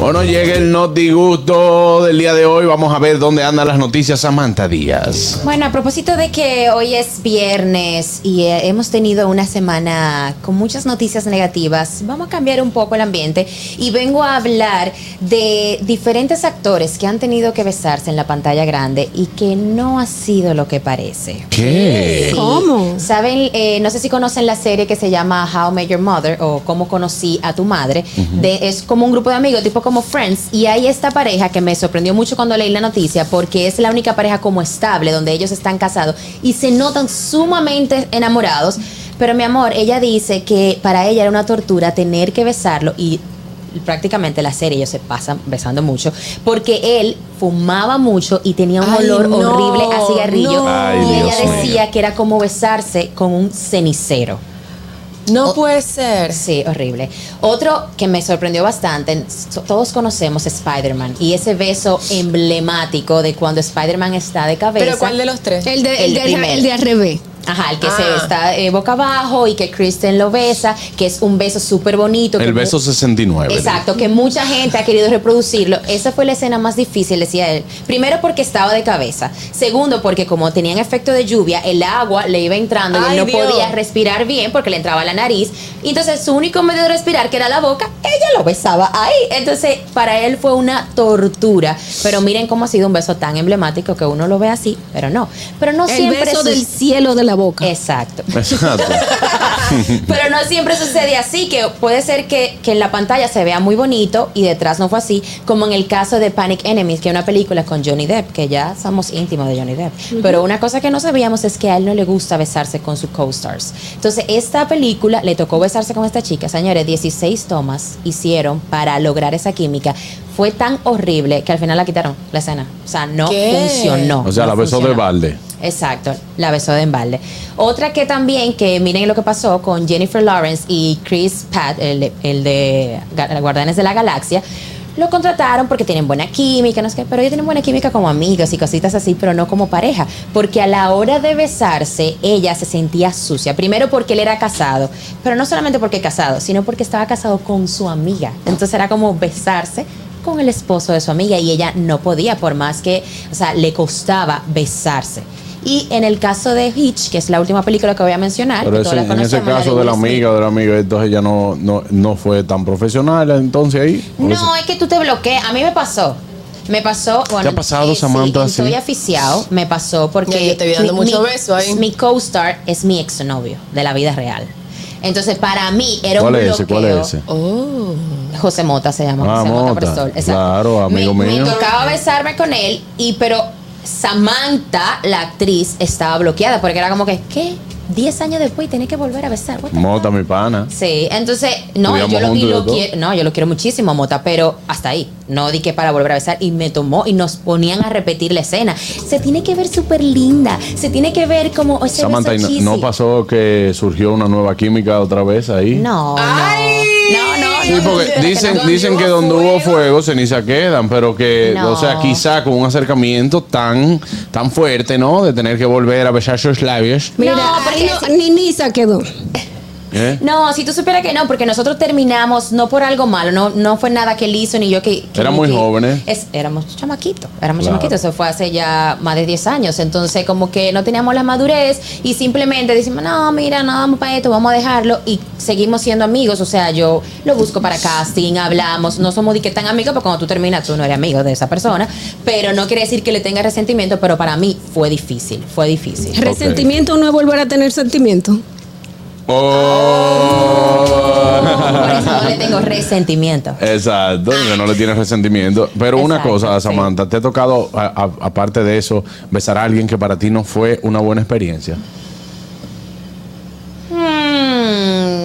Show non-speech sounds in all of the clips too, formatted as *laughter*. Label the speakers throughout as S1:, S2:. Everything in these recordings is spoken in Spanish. S1: Bueno, llega el notigusto del día de hoy. Vamos a ver dónde andan las noticias Samantha Díaz.
S2: Bueno, a propósito de que hoy es viernes y eh, hemos tenido una semana con muchas noticias negativas, vamos a cambiar un poco el ambiente y vengo a hablar de diferentes actores que han tenido que besarse en la pantalla grande y que no ha sido lo que parece.
S1: ¿Qué?
S2: Sí.
S3: ¿Cómo?
S2: Saben, eh, no sé si conocen la serie que se llama How I Met Your Mother o Cómo conocí a tu madre. De- es como un grupo de amigos, tipo como Friends. Y hay esta pareja que me sorprendió mucho cuando leí la noticia porque es la única pareja como estable donde ellos están casados y se notan sumamente enamorados. Pero mi amor, ella dice que para ella era una tortura tener que besarlo y prácticamente la serie ellos se pasan besando mucho porque él fumaba mucho y tenía un
S3: Ay,
S2: olor
S3: no,
S2: horrible a cigarrillo
S3: no. Ay,
S2: y
S1: Dios
S2: ella decía
S1: mío.
S2: que era como besarse con un cenicero.
S3: No
S2: Oh.
S3: puede ser.
S2: Sí, horrible. Otro que me sorprendió bastante, so- todos conocemos Spider-Man y ese beso emblemático de cuando Spider-Man está de cabeza.
S3: ¿Pero cuál de los tres?
S4: El de,
S2: El
S4: el de-
S2: primero.
S4: el de al revés.
S2: Ajá, el que
S3: Ah.
S2: se está eh, boca abajo y que Kristen lo besa, que es un beso súper bonito. que
S1: El
S2: mu-
S1: beso 69.
S2: Exacto, que mucha gente ha querido reproducirlo. Esa fue la escena más difícil, decía él. Primero porque estaba de cabeza. Segundo porque como tenían efecto de lluvia, el agua le iba entrando y
S3: Ay,
S2: él no
S3: Dios.
S2: podía respirar bien porque le entraba a la nariz. Y Entonces su único medio de respirar, que era la boca, ella lo besaba ahí. Entonces para él fue una tortura. Pero miren cómo ha sido un beso tan emblemático que uno lo ve así, pero no. Pero no
S4: El
S2: siempre
S4: beso
S2: sus-
S4: del cielo de la boca.
S2: Exacto. *laughs*
S1: Exacto.
S2: Pero no siempre sucede así, que puede ser que, que en la pantalla se vea muy bonito y detrás no fue así, como en el caso de Panic Enemies, que es una película con Johnny Depp, que ya somos íntimos de Johnny Depp. Pero una cosa que no sabíamos es que a él no le gusta besarse con sus co-stars. Entonces, esta película le tocó besarse con esta chica. Señores, 16 tomas hicieron para lograr esa química. Fue tan horrible que al final la quitaron, la escena. O sea, no
S3: ¿Qué?
S2: funcionó.
S1: O sea,
S2: no
S1: la besó de
S2: funcionó.
S1: balde.
S2: Exacto, la besó de embalde. Otra que también, que miren lo que pasó con Jennifer Lawrence y Chris Pratt, el, el de Ga- Guardianes de la Galaxia, lo contrataron porque tienen buena química, no sé qué, pero ellos tienen buena química como amigos y cositas así, pero no como pareja, porque a la hora de besarse ella se sentía sucia. Primero porque él era casado, pero no solamente porque casado, sino porque estaba casado con su amiga. Entonces era como besarse con el esposo de su amiga y ella no podía, por más que, o sea, le costaba besarse. Y en el caso de Hitch, que es la última película que voy a mencionar,
S1: Pero
S2: que
S1: ese-
S2: todos la
S1: en ese
S2: conocemos, la
S1: caso de la
S2: Will Smith.
S1: amiga o de la amiga, entonces ella no, no, no fue tan profesional entonces ahí. Por eso-
S2: No, es que tú te bloqueas. A mí me pasó. Me pasó. Bueno,
S1: ha pasado,
S2: sí,
S1: Samantha,
S2: y
S1: sí?
S2: Estoy aficiado. Me pasó porque.
S3: Ya, yo te vi dando mucho
S2: mi-
S3: beso ahí.
S2: Mi co-star es mi exnovio de la vida real. Entonces, para mí era
S1: ¿Cuál
S2: un
S1: es ese?
S2: bloqueo.
S1: ¿Cuál es ese?
S3: Oh.
S2: José Mota se llama,
S1: Ah,
S2: José
S1: Mota.
S2: Mota Presol. Exacto.
S1: Claro, amigo
S2: me,
S1: mío.
S2: Me tocaba besarme con él, y pero Samantha, la actriz, estaba bloqueada porque era como que, ¿qué? 10 años después tenés que volver a besar. what the
S1: Mota,
S2: fuck?
S1: mi pana.
S2: Sí, entonces, no,
S1: Estudiamos
S2: yo lo, y
S1: juntos y
S2: lo
S1: todo.
S2: quiero, no, yo lo quiero muchísimo a Mota, pero hasta ahí. No di que para volver a besar y me tomó y nos ponían a repetir la escena. Se tiene que ver súper linda, se tiene que ver como ese
S1: Samantha, ¿y no,
S2: beso cheesy.
S1: no pasó que surgió una nueva química otra vez ahí?
S2: No, no.
S3: Ay.
S2: no, no,
S1: Sí,
S2: no, no,
S1: porque
S2: no, no,
S1: dicen,
S2: no.
S1: dicen que donde hubo fuego, ceniza quedan, pero que,
S2: No.
S1: o sea, quizá con un acercamiento tan, tan fuerte, ¿no? De tener que volver a besar sus labios.
S4: Mira,
S2: No,
S4: ahí
S2: porque-
S4: no- ni Nisa quedó.
S1: ¿eh?
S2: No, si tú supieras que no, porque nosotros terminamos no por algo malo, no, no fue nada que él hizo ni yo que. que-
S1: Eran muy
S2: que-
S1: jóvenes.
S2: es- éramos chamaquitos, éramos
S1: Claro.
S2: chamaquitos, eso fue hace ya más de 10 años, entonces como que no teníamos la madurez y simplemente decimos, no, mira, no vamos para esto, vamos a dejarlo y seguimos siendo amigos, o sea, yo lo busco para casting, hablamos, no somos de que tan amigos, pero cuando tú terminas tú no eres amigo de esa persona, pero no quiere decir que le tenga resentimiento, pero para mí fue difícil, fue difícil.
S1: *laughs*
S4: Resentimiento no es volver a tener sentimiento.
S1: Oh.
S2: *laughs* Por eso no le tengo resentimiento.
S1: Exacto, que no le tienes resentimiento. Pero una
S2: Exacto,
S1: cosa,
S2: sí.
S1: Samantha, ¿te ha tocado, a- a- aparte de eso, besar a alguien que para ti no fue una buena experiencia?
S2: Mm,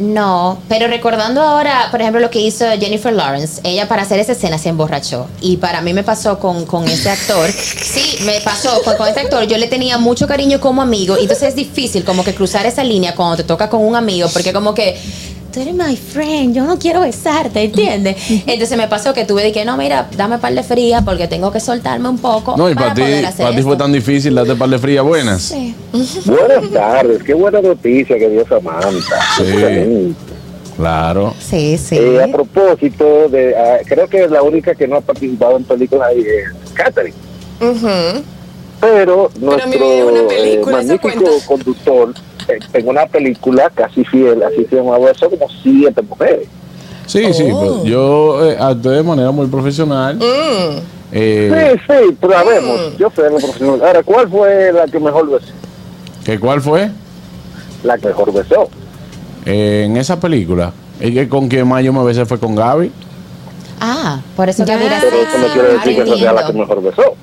S2: No, pero recordando ahora, por ejemplo, lo que hizo Jennifer Lawrence, ella para hacer esa escena se emborrachó. Y para mí me pasó con, con
S1: *laughs*
S2: ese actor. Sí, me pasó con, con ese actor. Yo le tenía mucho cariño como amigo. Y entonces es difícil como que cruzar esa línea cuando te toca con un amigo, porque como que tú eres my friend, yo no quiero
S1: *laughs*
S2: besarte, ¿entiendes? Entonces me pasó que tuve de que, no, mira, dame par de fría porque tengo que soltarme un poco.
S1: No, y
S2: Oh, para
S1: para ti,
S2: poder hacer
S1: para ti
S2: esto".
S1: fue tan difícil darte par de frías buenas.
S2: Sí.
S5: Buenas tardes, qué buena noticia que dio Samantha.
S1: Sí.
S5: Excelente.
S1: Claro.
S2: Sí, sí.
S5: Eh, a propósito, de, ah, creo que la única que no ha participado en películas ahí es Catherine.
S3: Ujú.
S5: Pero
S3: a mí me
S5: nuestro
S3: dio una
S5: eh,
S3: película, ¿esa
S5: magnífico
S3: cuenta?
S5: conductor eh, en una película casi fiel, así se llamaba, son como siete mujeres.
S1: Sí, sí, pues, yo eh, actué de manera muy profesional. Eh,
S5: Sí, sí, pero
S3: Mm.
S5: sabemos, yo soy lo profesional. Ahora, ¿cuál fue la que mejor besó?
S1: ¿que ¿Cuál fue?
S5: La que mejor besó.
S1: Eh, en esa película. Es que con quien más yo me besé fue con Gaby.
S2: Ah, por eso que
S4: Ya.
S2: mira,
S5: Pero eso no
S3: Ah,
S2: sí,
S5: quiere
S2: ahora
S5: decir que esa sea la que
S2: entiendo.
S5: mejor besó.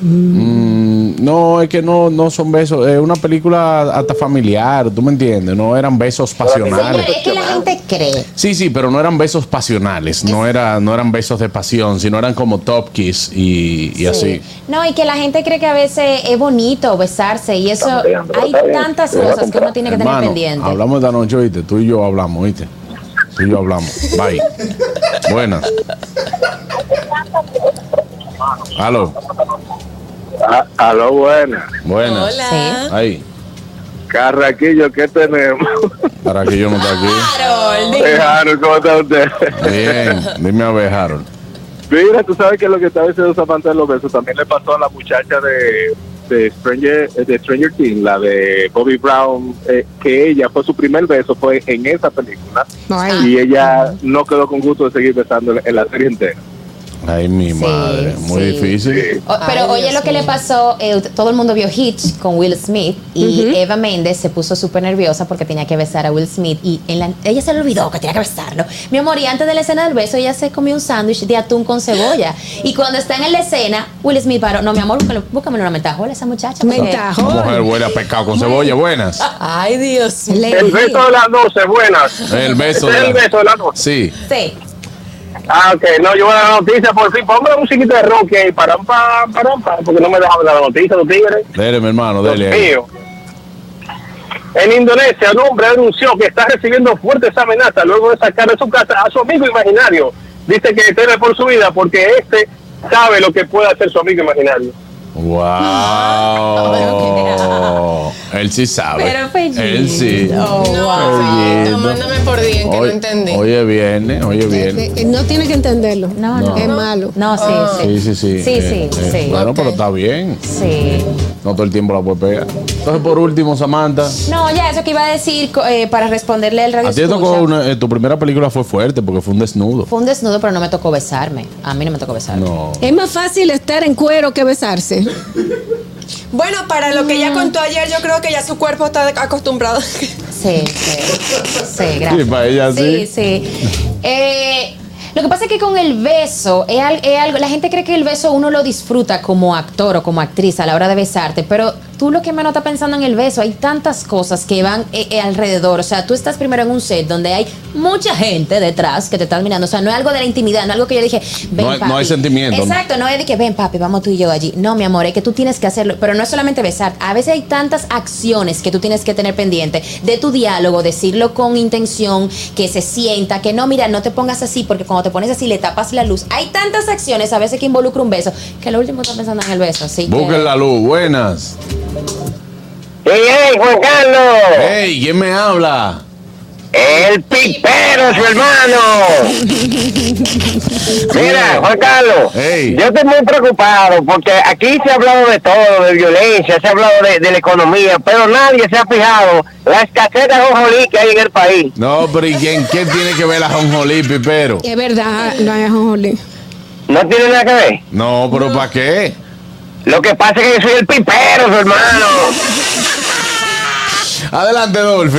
S1: Mm, no, es que no, no son besos. Es una película hasta familiar, ¿tú me entiendes? No eran besos
S2: Señores,
S1: pasionales.
S2: es que la gente cree.
S1: Sí, sí, pero no eran besos pasionales. No, era, no eran besos de pasión, sino eran como top kiss y, y así.
S2: Sí. No, y que la gente cree que a veces es bonito besarse y eso.
S5: Estamos pegando, pero
S2: Hay
S5: está bien,
S2: tantas
S5: lo voy a
S2: cosas que
S5: comprar.
S2: uno tiene que tener
S1: Hermano,
S2: pendiente.
S1: hablamos esta noche, oíste. Tú y yo hablamos, oíste. Tú y yo hablamos. Bye. Buenas. Aló.
S5: A, Ah, a lo buena.
S1: Buenas.
S3: Hola.
S1: Ahí.
S5: Carraquillo, ¿qué tenemos?
S1: Para que yo no esté aquí.
S3: Harold, di-
S5: Dejaron, ¿cómo está usted?
S1: Bien. Dime a ver, Harold.
S5: Mira, tú sabes que lo que estaba diciendo Samantha de los besos también le pasó a la muchacha de, de, Stranger, de Stranger Things, la de Bobby Brown, eh, que ella fue su primer beso, fue en esa película.
S4: Ay.
S5: Y ella no quedó con gusto de seguir besando en- en la serie entera.
S1: Ay, mi
S2: Sí,
S1: madre. Muy
S2: sí.
S1: difícil.
S2: O- pero
S3: Ay,
S2: oye
S3: Dios
S2: lo que le
S3: mío.
S2: pasó, eh, todo el mundo vio Hitch con Will Smith y Eva Méndez se puso súper nerviosa porque tenía que besar a Will Smith y en la- ella se le olvidó que tenía que besarlo. Mi amor, y antes de la escena del beso ella se comió un sándwich de atún con cebolla y cuando están en la escena, Will Smith paró, no mi amor, búscalo- búscame una mentajola a esa muchacha. porque-
S4: Mentajo.
S1: La mujer huele a pescado con cebolla. Buenas.
S3: Ay, Dios mío.
S4: Le-
S5: de las 12, buenas.
S1: El beso de la-
S5: de las 12.
S1: Sí.
S2: Sí.
S5: Ah, ok, no, yo voy a la noticia, por fin, ponme la musiquita de rock ahí, param, pam, param, pam, porque no me dejan hablar la noticia, los tigres.
S1: Dele, mi hermano.
S5: Dios
S1: Dele. ahí.
S5: mío. En Indonesia, un hombre anunció que está recibiendo fuertes amenazas luego de sacar de su casa a su amigo imaginario. Dice que teme por su vida porque este sabe lo que puede hacer su amigo imaginario.
S1: Wow. Él sí sabe.
S2: Pero Fellito.
S1: Él sí.
S3: No,
S1: Fellito.
S3: Fellito, mándame por 10, que no
S1: Hoy-
S3: entendí.
S1: Oye, viene, oye, viene.
S4: Eh, eh, No tiene que entenderlo.
S2: No, no.
S4: Es malo.
S2: No, sí,
S1: Sí, sí,
S2: sí.
S1: sí. Eh,
S2: Sí, sí, sí.
S1: Bueno,
S3: Ok.
S1: pero está bien.
S2: Sí.
S1: No todo el tiempo la puede pegar. Entonces, por último, Samantha,
S2: No, ya eso que iba a decir co- eh, para responderle al radio.
S1: a ti te tocó
S2: escucha.
S1: una- eh, tu primera película fue fuerte porque fue un desnudo.
S2: Fue un desnudo, pero no me tocó besarme. A mí no me tocó besarme.
S1: No.
S4: Es más fácil estar en cuero que besarse.
S3: Bueno, para lo que ella
S2: Mm.
S3: contó ayer, yo creo que ya su cuerpo está acostumbrado.
S2: Sí, sí. Sí,
S1: Sí,
S2: gracias.
S1: para ella sí.
S2: Sí, sí. Eh, lo que pasa es que con el beso, es al- es algo, la gente cree que el beso uno lo disfruta como actor o como actriz a la hora de besarte, pero tú lo que menos estás pensando en el beso, hay tantas cosas que van eh, eh, alrededor. O sea, tú estás primero en un set donde hay mucha gente detrás que te están mirando. O sea, no es algo de la intimidad, no es algo que yo dije, ven,
S1: No hay- no
S2: papi.
S1: hay sentimiento.
S2: Exacto, no es de que ven, papi, vamos tú y yo allí. No, mi amor, es que tú tienes que hacerlo. Pero no es solamente besar. A veces hay tantas acciones que tú tienes que tener pendiente de tu diálogo, decirlo con intención, que se sienta, que no, mira, no te pongas así, porque cuando te pones así le tapas la luz. Hay tantas acciones a veces que involucra un beso, que lo último está pensando en el beso. Así que-
S1: Busquen la luz, buenas.
S5: ¡Ey, ey, Juan
S2: Oh.
S5: Carlos!
S1: ¡Ey! ¿Quién me habla?
S5: ¡El pipero, su hermano! Mira, Juan Carlos,
S1: Ey.
S5: yo estoy muy preocupado porque aquí se ha hablado de todo, de violencia, se ha hablado de, de la economía, pero nadie se ha fijado la escasez de ajonjolí que hay en el país.
S1: No, pero ¿y quién, qué tiene que ver la jonjolí, pipero?
S4: Es verdad, no hay ajonjolí.
S5: No tiene nada que ver.
S1: No, pero ¿para qué?
S5: Lo que pasa es que yo soy el pipero, su hermano.
S1: Adelante, Dolphy.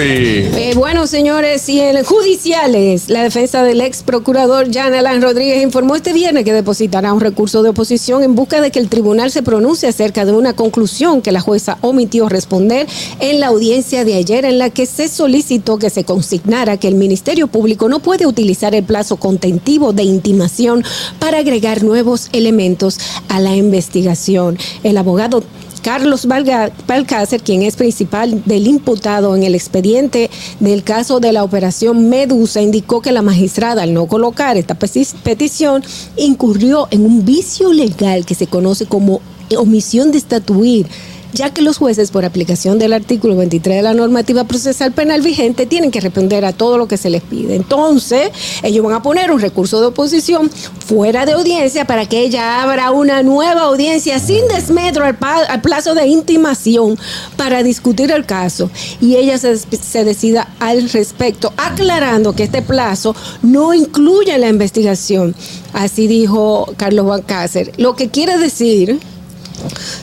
S4: Eh, bueno, señores, y en judiciales, la defensa del ex procurador Jan Alan Rodríguez informó este viernes que depositará un recurso de oposición en busca de que el tribunal se pronuncie acerca de una conclusión que la jueza omitió responder en la audiencia de ayer en la que se solicitó que se consignara que el Ministerio Público no puede utilizar el plazo contentivo de intimación para agregar nuevos elementos a la investigación. El abogado Carlos Valga- Balcácer, quien es principal del imputado en el expediente del caso de la operación Medusa, indicó que la magistrada, al no colocar esta pesi- petición, incurrió en un vicio legal que se conoce como omisión de estatuir ya que los jueces, por aplicación del artículo 23 de la normativa procesal penal vigente, tienen que responder a todo lo que se les pide. Entonces, ellos van a poner un recurso de oposición fuera de audiencia para que ella abra una nueva audiencia sin desmedro al, pa- al plazo de intimación para discutir el caso y ella se, des- se decida al respecto, aclarando que este plazo no incluye la investigación. Así dijo Carlos Bancácer. Lo que quiere decir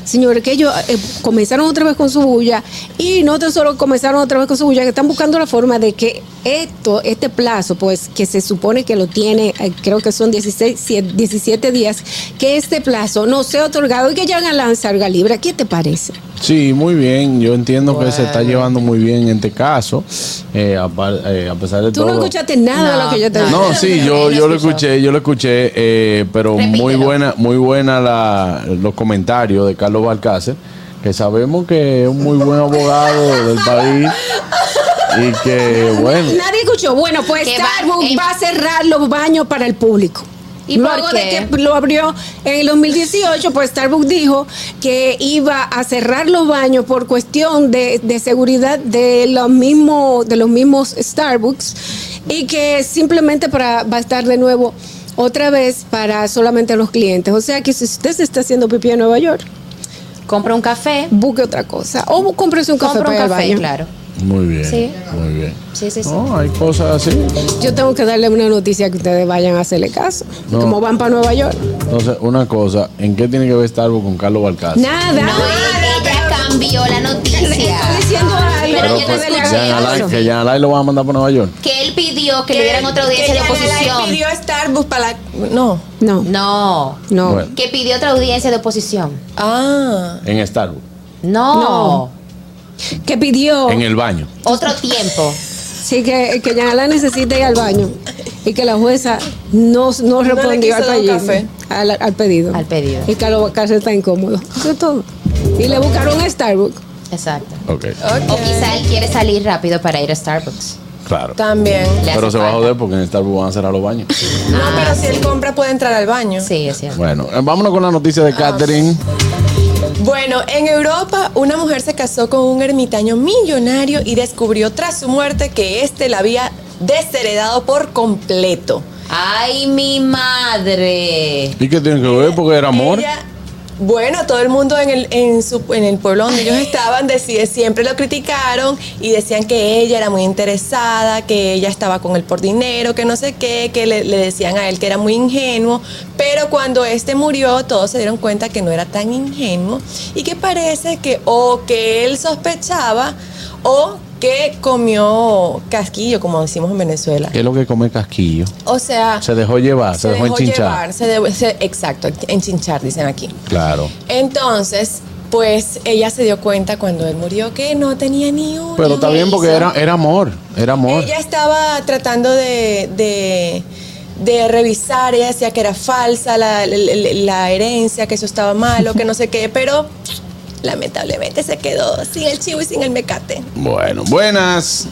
S4: Señores, que ellos eh, comenzaron otra vez con su bulla y no tan solo comenzaron otra vez con su bulla, que están buscando la forma de que esto, este plazo, pues que se supone que lo tiene, eh, creo que son 16, sie- 17 días, que este plazo no sea otorgado y que ya hagan la salga libre. ¿Qué te parece?
S1: Sí, muy bien. Yo entiendo que se está
S2: Bueno.
S1: llevando muy bien en este caso. eh, a, par- eh, a pesar de
S4: Tú
S1: todo.
S4: no
S1: lo-
S4: escuchaste nada de lo que yo te dije.
S1: No, sí, yo, yo lo escuché, yo lo escuché, eh, pero muy
S2: Repítelo.
S1: buena, muy buena la, los comentarios de Carlos Balcácer, que sabemos que es un muy buen abogado del país y que bueno.
S4: Nadie escuchó. Bueno, pues
S2: Que va-
S4: Starbucks
S2: eh.
S4: va a cerrar los baños para el público.
S2: ¿Y por
S4: Luego
S2: qué?
S4: de que lo abrió en el 2018, pues Starbucks dijo que iba a cerrar los baños por cuestión de, de seguridad de los mismos de los mismos Starbucks y que simplemente para va a estar de nuevo otra vez para solamente los clientes. O sea que si usted se está haciendo pipí en Nueva York,
S2: Compra un café.
S4: busque otra cosa o bu- cómprese un café
S2: Compra un
S4: para ir al
S2: café,
S4: baño. Oh.
S2: claro.
S1: Muy bien.
S2: Sí.
S1: Muy bien.
S2: Sí, sí, sí.
S1: No, hay cosas así.
S4: Yo tengo que darle una noticia que ustedes vayan a hacerle caso.
S1: No.
S4: Como van para Nueva York.
S1: Entonces, una cosa, ¿en qué tiene que ver Starbucks con Carlos Balcácer?
S4: Nada.
S2: No, ella ella cambió la noticia.
S4: Está diciendo algo.
S2: Pero
S1: Pero
S2: yo no
S1: pues,
S2: escuché
S1: Jean Alain-
S2: eso.
S1: que Jean Alain lo van a mandar para Nueva York.
S2: Que él pidió que le dieran otra audiencia
S3: que
S2: de
S3: ya le
S2: oposición.
S3: pidió Starbucks para la. No.
S4: No,
S2: No.
S4: no.
S1: Bueno.
S2: Que pidió otra audiencia de oposición.
S3: Ah.
S1: En Starbucks.
S2: No.
S4: Que
S2: Oh.
S4: pidió
S1: En el baño.
S2: Otro tiempo.
S4: sí, que, que ya la necesita ir al baño y que la jueza no, no
S3: le
S4: respondió
S3: quiso
S4: al,
S3: dar un
S4: pedido,
S3: café.
S4: al, al pedido.
S2: Al pedido.
S4: Y Carlos Bacarse está incómodo. Eso es todo. Y le buscaron a Starbucks.
S2: Exacto.
S1: Ok,
S2: O quizá él quiere salir rápido para ir a Starbucks.
S1: claro.
S3: También.
S2: Le hace
S1: Pero se va a
S2: falta.
S1: joder porque en Starbucks van a cerrar los baños.
S3: No, pero si él compra puede entrar al baño.
S2: Ah, Sí, es cierto.
S1: Bueno, eh, vámonos con la noticia
S2: Ah,
S1: de Catherine.
S3: Bueno, en Europa una mujer se casó con un ermitaño millonario y descubrió tras su muerte que éste la había desheredado por completo.
S2: Ay, mi madre.
S1: ¿Y qué tiene que ver? Porque era amor.
S3: Ella- bueno, todo el mundo en el, en, su, en el pueblo donde ellos estaban decide, siempre lo criticaron y decían que ella era muy interesada, que ella estaba con él por dinero, que no sé qué, que le, le decían a él que era muy ingenuo. Pero cuando este murió, todos se dieron cuenta que no era tan ingenuo y que parece que o que él sospechaba o que comió casquillo, como decimos en Venezuela.
S1: ¿Qué es lo que come casquillo?
S3: O sea,
S1: Se dejó llevar, se, dejó, enchinchar.
S3: llevar, se dejó- se- exacto, enchinchar, dicen aquí.
S1: Claro.
S3: Entonces, pues ella se dio cuenta cuando él murió que no tenía ni un.
S1: Pero está bien porque era, era amor. Era amor.
S3: Ella estaba tratando de, de, de revisar, ella decía que era falsa la, la- la- la herencia, que eso estaba malo, que no sé qué, pero lamentablemente se quedó sin el chivo y sin el mecate.
S1: Bueno, buenas.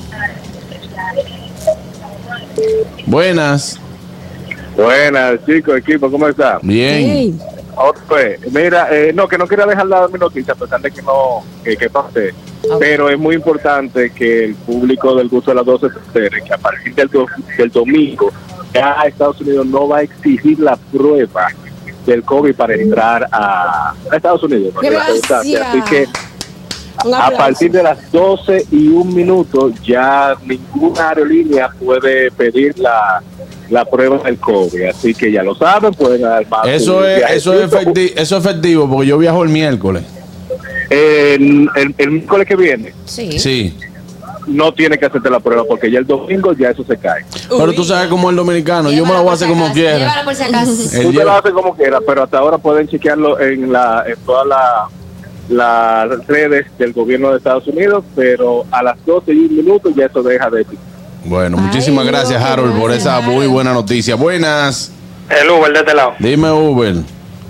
S1: Buenas.
S6: Buenas, chicos, equipo, ¿cómo está?
S1: Bien.
S4: Ey,
S6: Otra vez, mira, eh, no, que no quería dejar la mi noticia, a pesar de que no, que, que pase. Pero es muy importante que el público del gusto de las 12 se entere que a partir del, do- del domingo ya Estados Unidos no va a exigir la prueba del COVID para entrar a, a Estados Unidos. ¿no?
S4: Gracias.
S6: Así que
S4: un
S6: a
S4: aplauso.
S6: partir de las 12 y un minuto ya ninguna aerolínea puede pedir la, la prueba del COVID. Así que ya lo saben, pueden armar
S1: Eso
S6: su
S1: es, eso es
S6: viajecito.
S1: efectivo, eso es efectivo porque yo viajo el miércoles.
S6: el, el, el miércoles que viene
S2: Sí.
S1: Sí.
S6: no tiene que hacerte la prueba porque ya el domingo ya eso se cae.
S1: Pero tú sabes cómo es el dominicano, yo me la voy
S2: Llévala
S1: a
S2: por
S4: pues,
S1: hacer
S2: si
S1: como
S2: acaso,
S1: quiera.
S2: Llévala por si
S1: *laughs*
S2: acaso.
S1: El
S6: Tú te
S1: día-
S6: lo haces como quieras, pero hasta ahora pueden chequearlo en la en todas la- las redes del gobierno de Estados Unidos, pero a las 12 y un minuto ya eso deja de existir.
S1: Bueno,
S4: Ay,
S1: muchísimas
S4: no,
S1: gracias
S4: qué
S1: Harold por
S4: gracias,
S1: esa muy
S4: Harold.
S1: buena noticia. Buenas.
S7: El Uber de este lado.
S1: Dime Uber.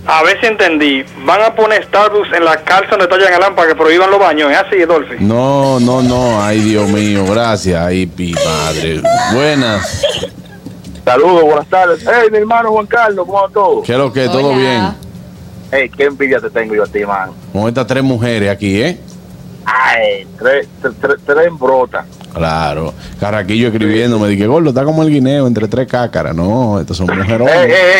S6: A ver si entendí. Van a poner Starbucks en la calza donde está Alain para que prohíban los baños. ¿Es así, Dolphy?
S1: No, no, no. Ay, Dios mío. Gracias. Ay, pi madre. Buenas.
S6: Saludos, buenas tardes. Hey, mi hermano Juan Carlos, ¿cómo va todo?
S1: ¿Qué es lo que? ¿Todo
S2: Hola.
S1: bien?
S6: Hey, qué envidia te tengo yo a ti, man.
S1: Con estas tres mujeres aquí, ¿eh?
S6: Ay, tres, tres, tres, brotas.
S1: Claro. Carraquillo escribiéndome. Dije, gordo, está como el guineo entre tres cácaras. No, estas son mujerones.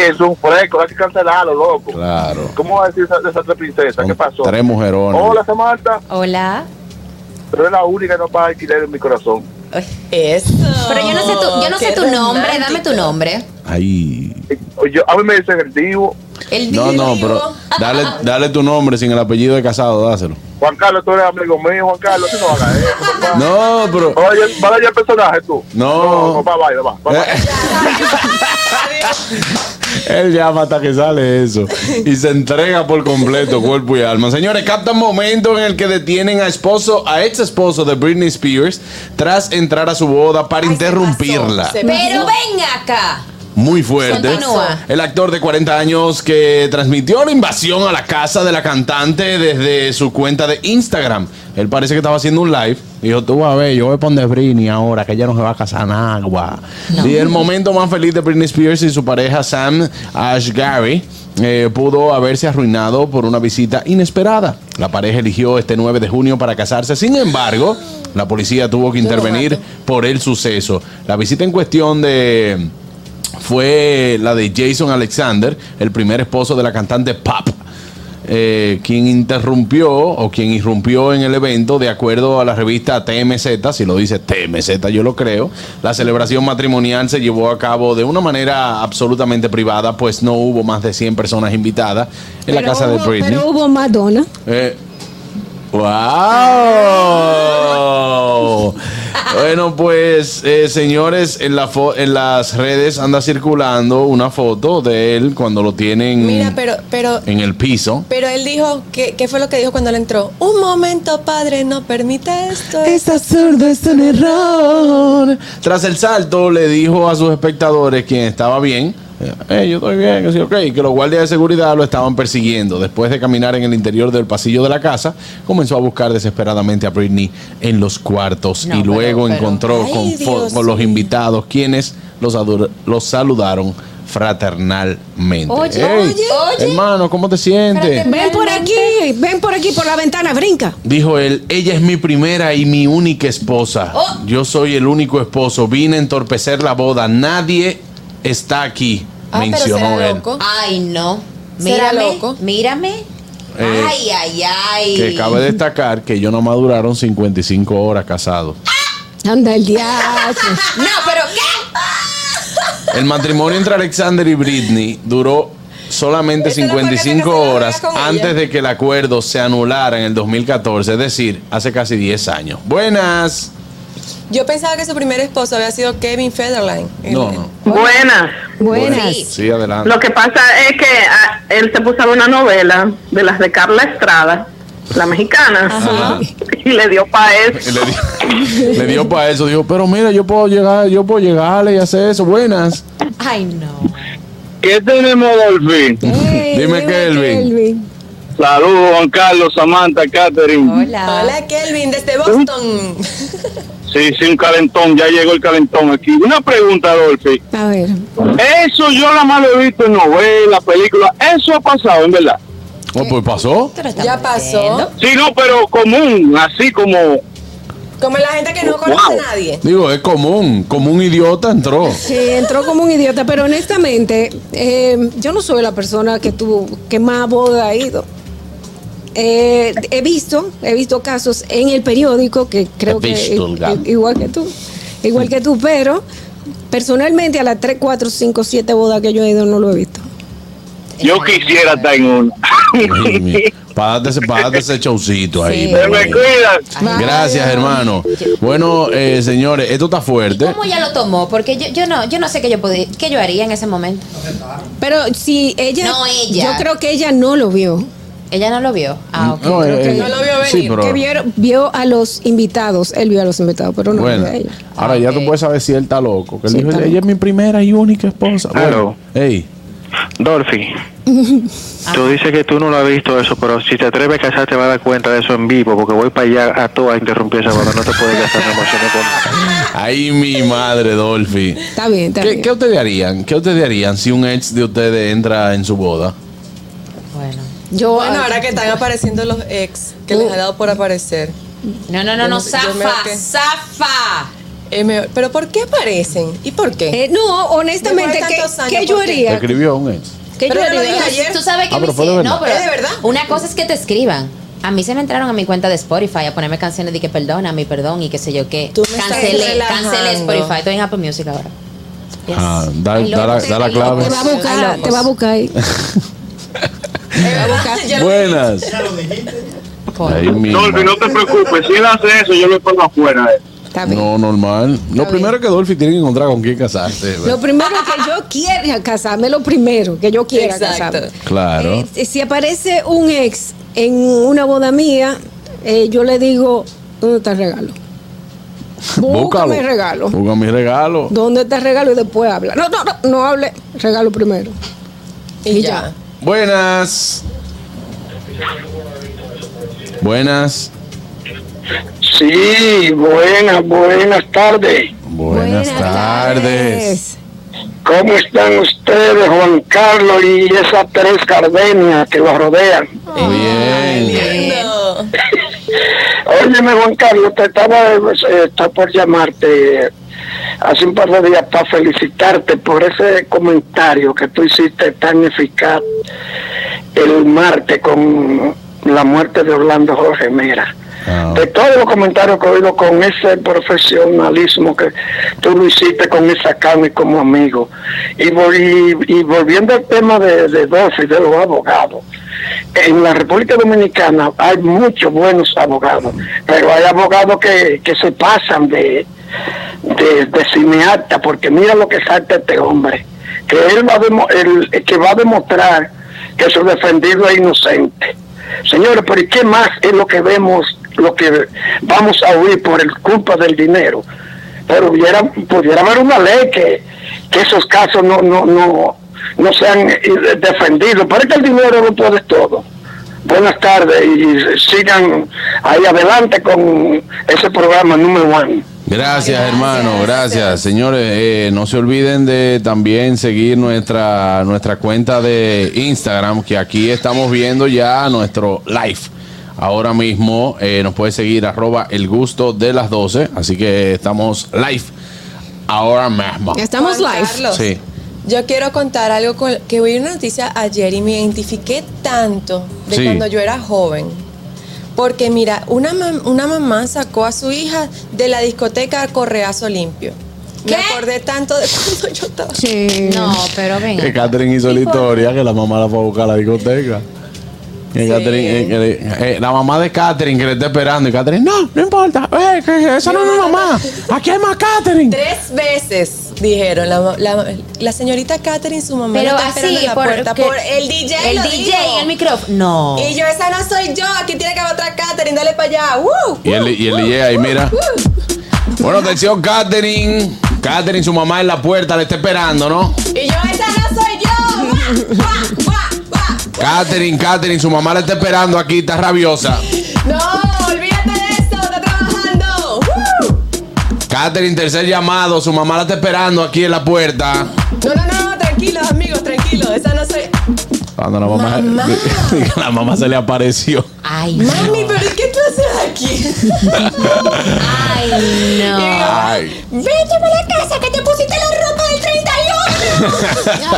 S6: es un fresco, hay que cancelarlo, loco.
S1: Claro.
S6: ¿Cómo va a decir esa- de esas tres princesas?
S1: Son
S6: ¿Qué pasó?
S1: Tres mujerones.
S6: Hola, Samantha.
S2: Hola.
S6: Pero es la única que no va a alquiler en mi corazón.
S3: Eso.
S2: Pero yo no sé tu, yo no sé
S3: Qué
S2: tu nombre, dame
S3: romántico.
S2: tu nombre.
S1: Ay.
S6: Yo, a mí me dicen el divo.
S2: El
S1: No, no, pero dale, dale tu nombre sin el apellido de casado, dáselo.
S6: Juan Carlos, tú eres amigo mío, Juan Carlos. Tú no hagas eso, papá.
S1: No, pero.
S6: Vaya, vaya el personaje tú.
S1: No.
S6: No, va, vaya, va. va, va.
S1: eh. *laughs* Él llama hasta que sale eso y se entrega por completo cuerpo y alma. Señores, captan momento en el que detienen a esposo, a ex esposo de Britney Spears tras entrar a su boda para interrumpirla.
S3: Se
S2: Pero ven acá.
S1: Muy fuerte.
S2: Continúa.
S1: El actor de 40 años que transmitió la invasión a la casa de la cantante desde su cuenta de Instagram. Él parece que estaba haciendo un live. Dijo, tú vas a ver, yo voy a poner Britney ahora, que ella no se va a casar en agua. Y el momento más feliz de Britney Spears y su pareja Sam Ashgary eh, pudo haberse arruinado por una visita inesperada. La pareja eligió este 9 de junio para casarse. Sin embargo, la policía tuvo que intervenir por el suceso. La visita en cuestión de fue la de Jason Alexander, el primer esposo de la cantante Pop, eh, quien interrumpió o quien irrumpió en el evento, de acuerdo a la revista TMZ, si lo dice TMZ, yo lo creo. La celebración matrimonial se llevó a cabo de una manera absolutamente privada, pues no hubo más de 100 personas invitadas en la
S4: Pero
S1: casa
S4: hubo-
S1: de Britney.
S4: Pero hubo Madonna.
S1: Eh, ¡Wow! Bueno, pues eh, señores, en, la fo- en las redes anda circulando una foto de él cuando lo tienen
S3: Mira, pero, pero,
S1: en el piso.
S3: pero él dijo, ¿qué, ¿qué fue lo que dijo cuando él entró? Un momento, padre, no permita esto.
S1: absurdo, es un error. Tras el salto, le dijo a sus espectadores quien estaba bien. "Eh, yo estoy bien, que sí, ok, que los guardias de seguridad lo estaban persiguiendo. Después de caminar en el interior del pasillo de la casa, comenzó a buscar desesperadamente a Britney en los cuartos
S2: No,
S1: y
S2: pero-
S1: luego
S2: pero-
S1: encontró
S3: Ay,
S1: con, fo-
S3: Dios
S1: con los
S3: mío.
S1: invitados, quienes los, ador- los saludaron fraternalmente.
S2: Oye, oye.
S1: hermano, ¿cómo te sientes?
S2: Fraternal-
S4: Ven por aquí,
S2: Realmente.
S4: ven por aquí, por la ventana, brinca.
S1: Dijo él, ella es mi primera y mi única esposa.
S2: Oh.
S1: Yo soy el único esposo. Vine a entorpecer la boda. Nadie está aquí.
S3: Ah, pero
S1: mencionó
S3: será
S1: él.
S3: loco.
S2: Ay, no.
S3: Oh. ¿Será
S2: Mírame,
S3: loco?
S2: mírame.
S1: Eh,
S2: ay, ay, ay.
S1: Que cabe destacar que ellos no maduraron 55 horas casados.
S4: Anda el diablo.
S2: *laughs* No, pero ¿qué?
S1: El matrimonio entre Alexander y Britney duró solamente
S3: Esa es la pareja que
S1: 55
S3: se va a
S1: horas
S3: quedar con
S1: antes
S3: ella.
S1: de que el acuerdo se anulara en el 2014, es decir, hace casi 10 años. Buenas.
S3: Yo pensaba que su primer esposo había sido Kevin Federline. Eh, El-
S1: No, no.
S7: Buenas.
S4: Buenas.
S1: Sí, adelante.
S7: Lo que pasa es que ah, él se puso a ver una novela de las de Carla Estrada, la mexicana,
S1: Ajá.
S7: y le dio pa'
S1: Y
S7: eso.
S1: le dio, le dio para eso. Dijo, pero mira, yo puedo llegar, yo puedo llegarle y hacer eso. Buenas.
S2: Ay, no.
S6: ¿Qué tenemos, Dolphy?
S1: *laughs*
S4: Ey,
S1: Dime, Kelvin.
S6: Saludos, Juan Carlos, Samantha, Catherine.
S2: Hola.
S3: Hola, Kelvin, desde Boston.
S6: Sí, sí, un calentón, ya llegó el calentón aquí. Una pregunta, Dolphy.
S4: A ver,
S6: Eso yo nada más lo he visto en novelas, películas. Eso ha pasado, en verdad.
S1: Oh, pues pasó.
S2: Te lo estamos
S3: Ya pasó.
S2: diciendo.
S6: Sí, no, pero común, así como.
S3: Como la gente que no conoce
S6: Wow.
S3: a nadie.
S1: Digo, es común. Como un idiota entró.
S4: sí, entró como un idiota, pero honestamente, eh, yo no soy la persona que tuvo, que más boda ha ido. Eh, he visto, he visto casos en el periódico que creo
S1: He
S4: que
S1: visto,
S4: i-
S1: Olga.
S4: i- igual que tú, igual que tú, pero personalmente a las 3, 4, 5, 7 bodas que yo he ido no lo he visto.
S6: Yo quisiera estar en una.
S1: Ay, mi- Para darte ese- para darte ese showcito ahí.
S2: Sí.
S1: por
S6: Se me
S1: favor.
S6: cuidan.
S1: Gracias, hermano. Bueno, eh, señores, esto está fuerte.
S2: ¿Cómo ya lo tomó? Porque yo, yo no, yo no sé qué yo podía, qué yo haría en ese momento.
S4: Pero si ella,
S2: No, ella.
S4: yo creo que ella no lo vio.
S2: Ella no lo vio. Ah, ok.
S1: No, eh,
S3: no lo vio venir.
S1: sí, pero-
S4: que vieron- vio a los invitados, él vio a los invitados, pero no
S1: Bueno,
S4: vio a ella.
S1: ahora ya tú
S2: Ok.
S1: puedes saber si él está loco. Que él
S4: Sí,
S1: dijo,
S4: está
S1: ella es mi primera y única esposa. Bueno,
S6: Aló.
S1: ey,
S6: Dolphy,
S8: Tú dices que tú no lo has visto eso, pero si te atreves a casar te vas a dar cuenta de eso en vivo, porque voy para allá a toa a interrumpir esa boda. No te puedes casar, me emocioné con...
S1: Ay, mi madre, Dolphy.
S4: Está bien, está
S1: ¿Qué,
S4: bien.
S1: ¿Qué ustedes harían? ¿Qué ustedes harían si un ex de ustedes entra en su boda?
S2: Bueno.
S4: Yo,
S3: Bueno, ahora que están apareciendo los ex que les ha dado por aparecer.
S2: No, no, no, no,
S3: Yo- yo me-
S2: zafa,
S3: ¿qué?
S2: zafa.
S3: Eh, me- Pero ¿por qué aparecen? ¿Y por qué? *laughs*
S4: Eh, no, honestamente,
S3: Después de
S4: ¿qué,
S3: tantos años,
S4: qué yo
S3: ¿por qué?
S4: haría?
S1: Escribió un ex.
S4: ¿Qué
S3: Pero
S4: yo
S3: no lo
S4: haría?
S3: digas
S2: Tú-
S3: ayer.
S2: Tú sabes que
S1: Ah,
S2: me
S1: pero fue de
S2: hicieron- No,
S3: verdad.
S2: pero
S3: ¿Es de verdad?
S2: Una cosa es que te escriban. A mí se me entraron a mi cuenta de Spotify a ponerme canciones de que perdona, mi perdón y qué sé yo qué.
S3: Tú me estás
S2: Cancelé,
S3: relajando.
S2: cancelé Spotify. Estoy en Apple Music ahora. Yes.
S1: Ah, da-
S2: Ay,
S1: da la-
S2: loco,
S1: da la
S2: ay,
S1: clave.
S2: loco.
S4: Te va a
S3: Ay,
S4: buscar,
S3: locos.
S4: te va a
S1: pues.
S4: buscar. ahí. Te va a buscar.
S1: Buenas.
S2: Por-
S1: Ay, mi
S6: Dolphy, no
S1: madre.
S6: te preocupes, si él hace eso, yo lo pongo afuera. eh.
S4: Está bien.
S1: No, normal. Lo
S4: bien.
S1: primero que Dolphy tiene que encontrar con quién casarse.
S4: Lo primero que yo quiera casarme, lo primero que yo quiera
S3: Exacto.
S4: casarme.
S1: Claro.
S4: Eh, si aparece un ex en una boda mía, eh, yo le digo, ¿dónde está el regalo? Búscame el regalo.
S1: Busca mi regalo.
S4: ¿Dónde está el regalo? Y después habla. No, no, no, no hable. Regalo primero.
S3: Y ya.
S1: Buenas. Buenas.
S5: Sí, buenas, buenas tardes.
S1: Buenas, tardes.
S5: ¿Cómo están ustedes, Juan Carlos y esas tres cardenias que los rodean?
S1: Bien.
S3: Lindo.
S5: Óyeme, Juan Carlos, te estaba eh, está por llamarte eh, hace un par de días para felicitarte por ese comentario que tú hiciste tan eficaz el martes con la muerte de Orlando Jorge Mera.
S1: Ah.
S5: De todos los comentarios que he oído con ese profesionalismo que tú lo hiciste con esa carne como amigo. Y, vol- y- y volviendo al tema de, de Dolphy, de los abogados. En la República Dominicana hay muchos buenos abogados, pero hay abogados que, que se pasan de, de, de cineasta, porque mira lo que salta este hombre, que él va a, demo- el- que va a demostrar que su defendido es inocente. Señores, pero ¿y qué más es lo que vemos, lo que vamos a oír por el culpa del dinero? Pero hubiera, pudiera haber una ley que, que esos casos no, no, no, no sean eh, defendidos. Pero es que el dinero no puede todo. Buenas tardes y sigan ahí adelante con ese programa número uno.
S1: Gracias, hermano, gracias. Señores, eh, no se olviden de también seguir nuestra, nuestra cuenta de Instagram, que aquí estamos viendo ya nuestro live. Ahora mismo eh, nos puede seguir arroba el gusto de las 12, así que estamos live ahora mismo.
S4: Estamos
S3: Juan
S4: live.
S3: Carlos,
S1: Sí.
S3: Yo quiero contar algo con, que vi una noticia ayer y me identifiqué tanto de
S1: Sí.
S3: cuando yo era joven. Porque mira, una, mam- una mamá sacó a su hija de la discoteca a Correazo Limpio.
S2: ¿Qué?
S3: Me acordé tanto de *laughs* cuando yo estaba.
S4: Sí.
S2: No, pero
S1: Que
S2: ven.
S1: Catherine hizo la historia, que la mamá la fue a buscar a la discoteca. Que
S3: Sí.
S1: Catherine, eh, que le- eh, la mamá de Catherine que le está esperando. Y Catherine, no, no importa. eh, que esa no es mi mamá. Aquí hay más Catherine.
S3: Tres veces dijeron la, la- la señorita Catherine, su mamá,
S2: Pero
S3: la está esperando
S2: así,
S3: en la
S2: por,
S3: puerta
S2: que-
S3: por el DJ.
S2: El
S3: lo
S2: DJ
S3: dijo.
S2: en el micrófono. No.
S3: Y yo, esa no soy yo, aquí tiene que haber otra Catherine, dale para allá. ¡Uh!
S1: Y él, y él le llega y mira. Bueno, atención, Katherine. Katherine, su mamá en la puerta, le está esperando, ¿no?
S3: Y yo, esa no soy yo. ¡Guau, guau, guau, guau!
S1: Katherine, Katherine, su mamá la está esperando aquí, está rabiosa.
S3: No, olvídate de eso, está trabajando. ¡Uh!
S1: Katherine, tercer llamado, su mamá la está esperando aquí en la puerta.
S3: No, no, no, tranquilos, amigos, tranquilos. Esa no soy.
S1: Cuando la mamá,
S3: Mamá.
S1: *laughs* la mamá se le apareció.
S2: Ay,
S3: Mami,
S2: no.
S3: pero ¿y ¿qué tú haces aquí?
S2: Ay, no.
S1: Ay.
S3: *laughs* Vete para la casa que te pusiste la ropa del 31.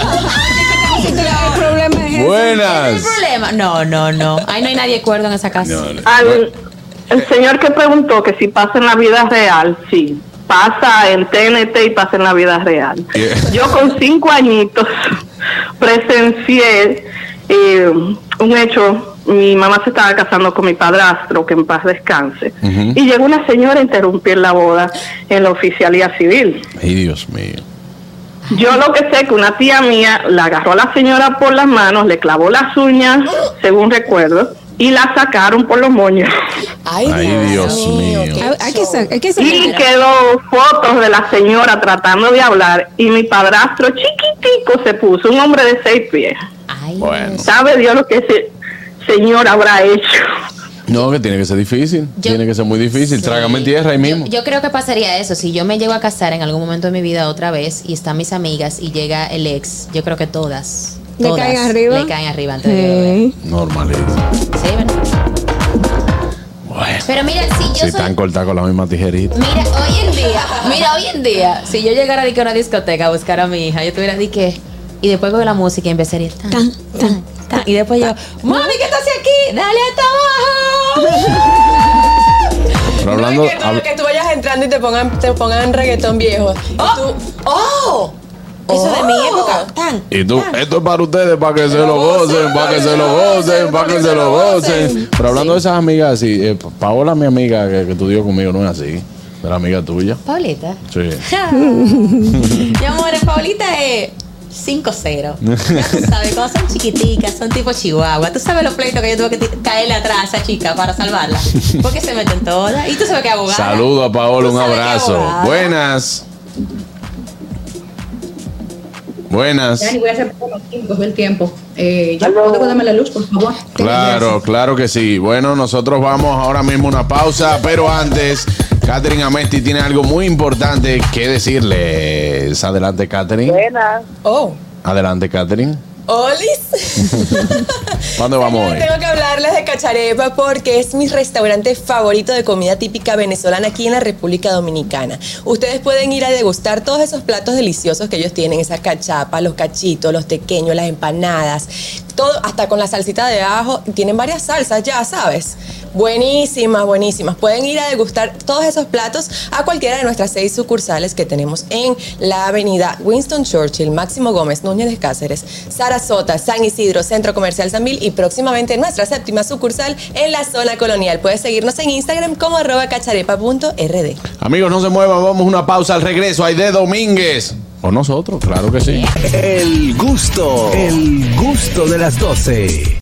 S4: El problema
S2: ¿Cuál
S4: es
S2: es
S1: Buenas.
S2: el problema? No, no, no. Ahí no hay nadie cuerdo en esa casa.
S7: Al, el señor que preguntó que si pasa en la vida real, sí, pasa en TNT y pasa en la vida real.
S1: Yeah.
S7: Yo con cinco añitos *laughs* presencié eh, un hecho, mi mamá se estaba casando con mi padrastro, que en paz descanse,
S1: Ujú.
S7: y llegó una señora a interrumpir la boda en la oficialía civil.
S1: Ay, Dios mío.
S7: Yo lo que sé es que una tía mía la agarró a la señora por las manos, le clavó las uñas, según recuerdo, y la sacaron por los moños.
S1: Ay, Dios mío.
S4: eso. Hay- Hay que sa- hay que
S7: Y
S4: saber.
S7: quedó fotos de la señora tratando de hablar y mi padrastro chiquitico se puso, un hombre de seis pies.
S2: Ay,
S1: Bueno.
S7: ¿Sabe Dios lo que ese señor habrá hecho?
S1: No, que tiene que ser difícil.
S2: Yo-
S1: tiene que ser muy difícil.
S2: Sí.
S1: Trágame tierra ahí mismo.
S2: Yo, yo creo que pasaría eso. Si yo me llego a casar en algún momento de mi vida otra vez y están mis amigas y llega el ex, yo creo que todas.
S4: ¿Le
S2: todas
S4: caen arriba?
S2: Le caen arriba antes de que
S4: Sí.
S1: Normalito.
S2: yo- Sí, ¿verdad?
S1: Bueno.
S2: Pero mira, si yo
S1: Si
S2: soy-
S1: están cortados con la misma tijerita.
S2: Mira, hoy en día, mira, hoy en día, si yo llegara de que a una discoteca a buscar a mi hija, yo tuviera de que. Y después con la música y empezaría. Tan, tan, tan, y después yo, mami, ¿qué estás aquí? Dale hasta abajo.
S1: Pero
S3: No
S1: hablando.
S3: es que, no,
S1: hab-
S3: que tú vayas entrando y te pongan, te pongan reggaetón viejo. Y
S2: ¡Oh!
S3: tú-
S2: ¡Oh! Eso de mi época. Tan.
S1: y tú, esto es para ustedes, para que se lo gocen, para que se lo gocen, para que se lo gocen. Pero hablando de esas amigas así, eh, Paola, mi amiga que, que estudió conmigo, no es así. De la amiga tuya.
S2: Paulita.
S1: Sí.
S2: Mi amor, Paulita es 5-0. Ya tú sabes, cuando son chiquiticas, son tipo chihuahua. Tú sabes los pleitos que yo tuve que ti- caerle atrás a esa chica para salvarla.
S1: *laughs*
S2: Porque se meten todas. Y tú sabes que abogada.
S1: Saludo a Paola,
S2: Tú
S1: un
S2: sabes que
S1: abrazo.
S2: abogada.
S1: Buenas. Buenas.
S9: voy a hacer por los tiempos del tiempo. Eh, ya
S5: Aló.
S9: puedo darme la luz, por favor.
S1: Claro, claro que sí. Bueno, nosotros vamos ahora mismo a una pausa, pero antes, Catherine Amesti tiene algo muy importante que decirles. Adelante, Catherine.
S5: Buenas.
S3: Oh.
S1: Adelante, Catherine. *laughs*
S3: Olis.
S1: ¿Dónde vamos hoy?
S3: Señores, Tengo que hablarles de Cacharepa porque es mi restaurante favorito de comida típica venezolana aquí en la República Dominicana. Ustedes pueden ir a degustar todos esos platos deliciosos que ellos tienen, esa cachapa, los cachitos, los tequeños, las empanadas, todo, hasta con la salsita de ajo. Tienen varias salsas ya, ¿sabes? Buenísimas, buenísimas. Pueden ir a degustar todos esos platos a cualquiera de nuestras seis sucursales que tenemos en la avenida Winston Churchill, Máximo Gómez, Núñez de Cáceres, Sarasota, San Isidro, Centro Comercial San Mil y próximamente nuestra séptima sucursal en la zona colonial. Puedes seguirnos en Instagram como arroba cacharepa.rd.
S1: Amigos, no se muevan, vamos a una pausa al regreso. Hay de Domínguez. O nosotros, claro que sí.
S10: El gusto, el gusto de las 12.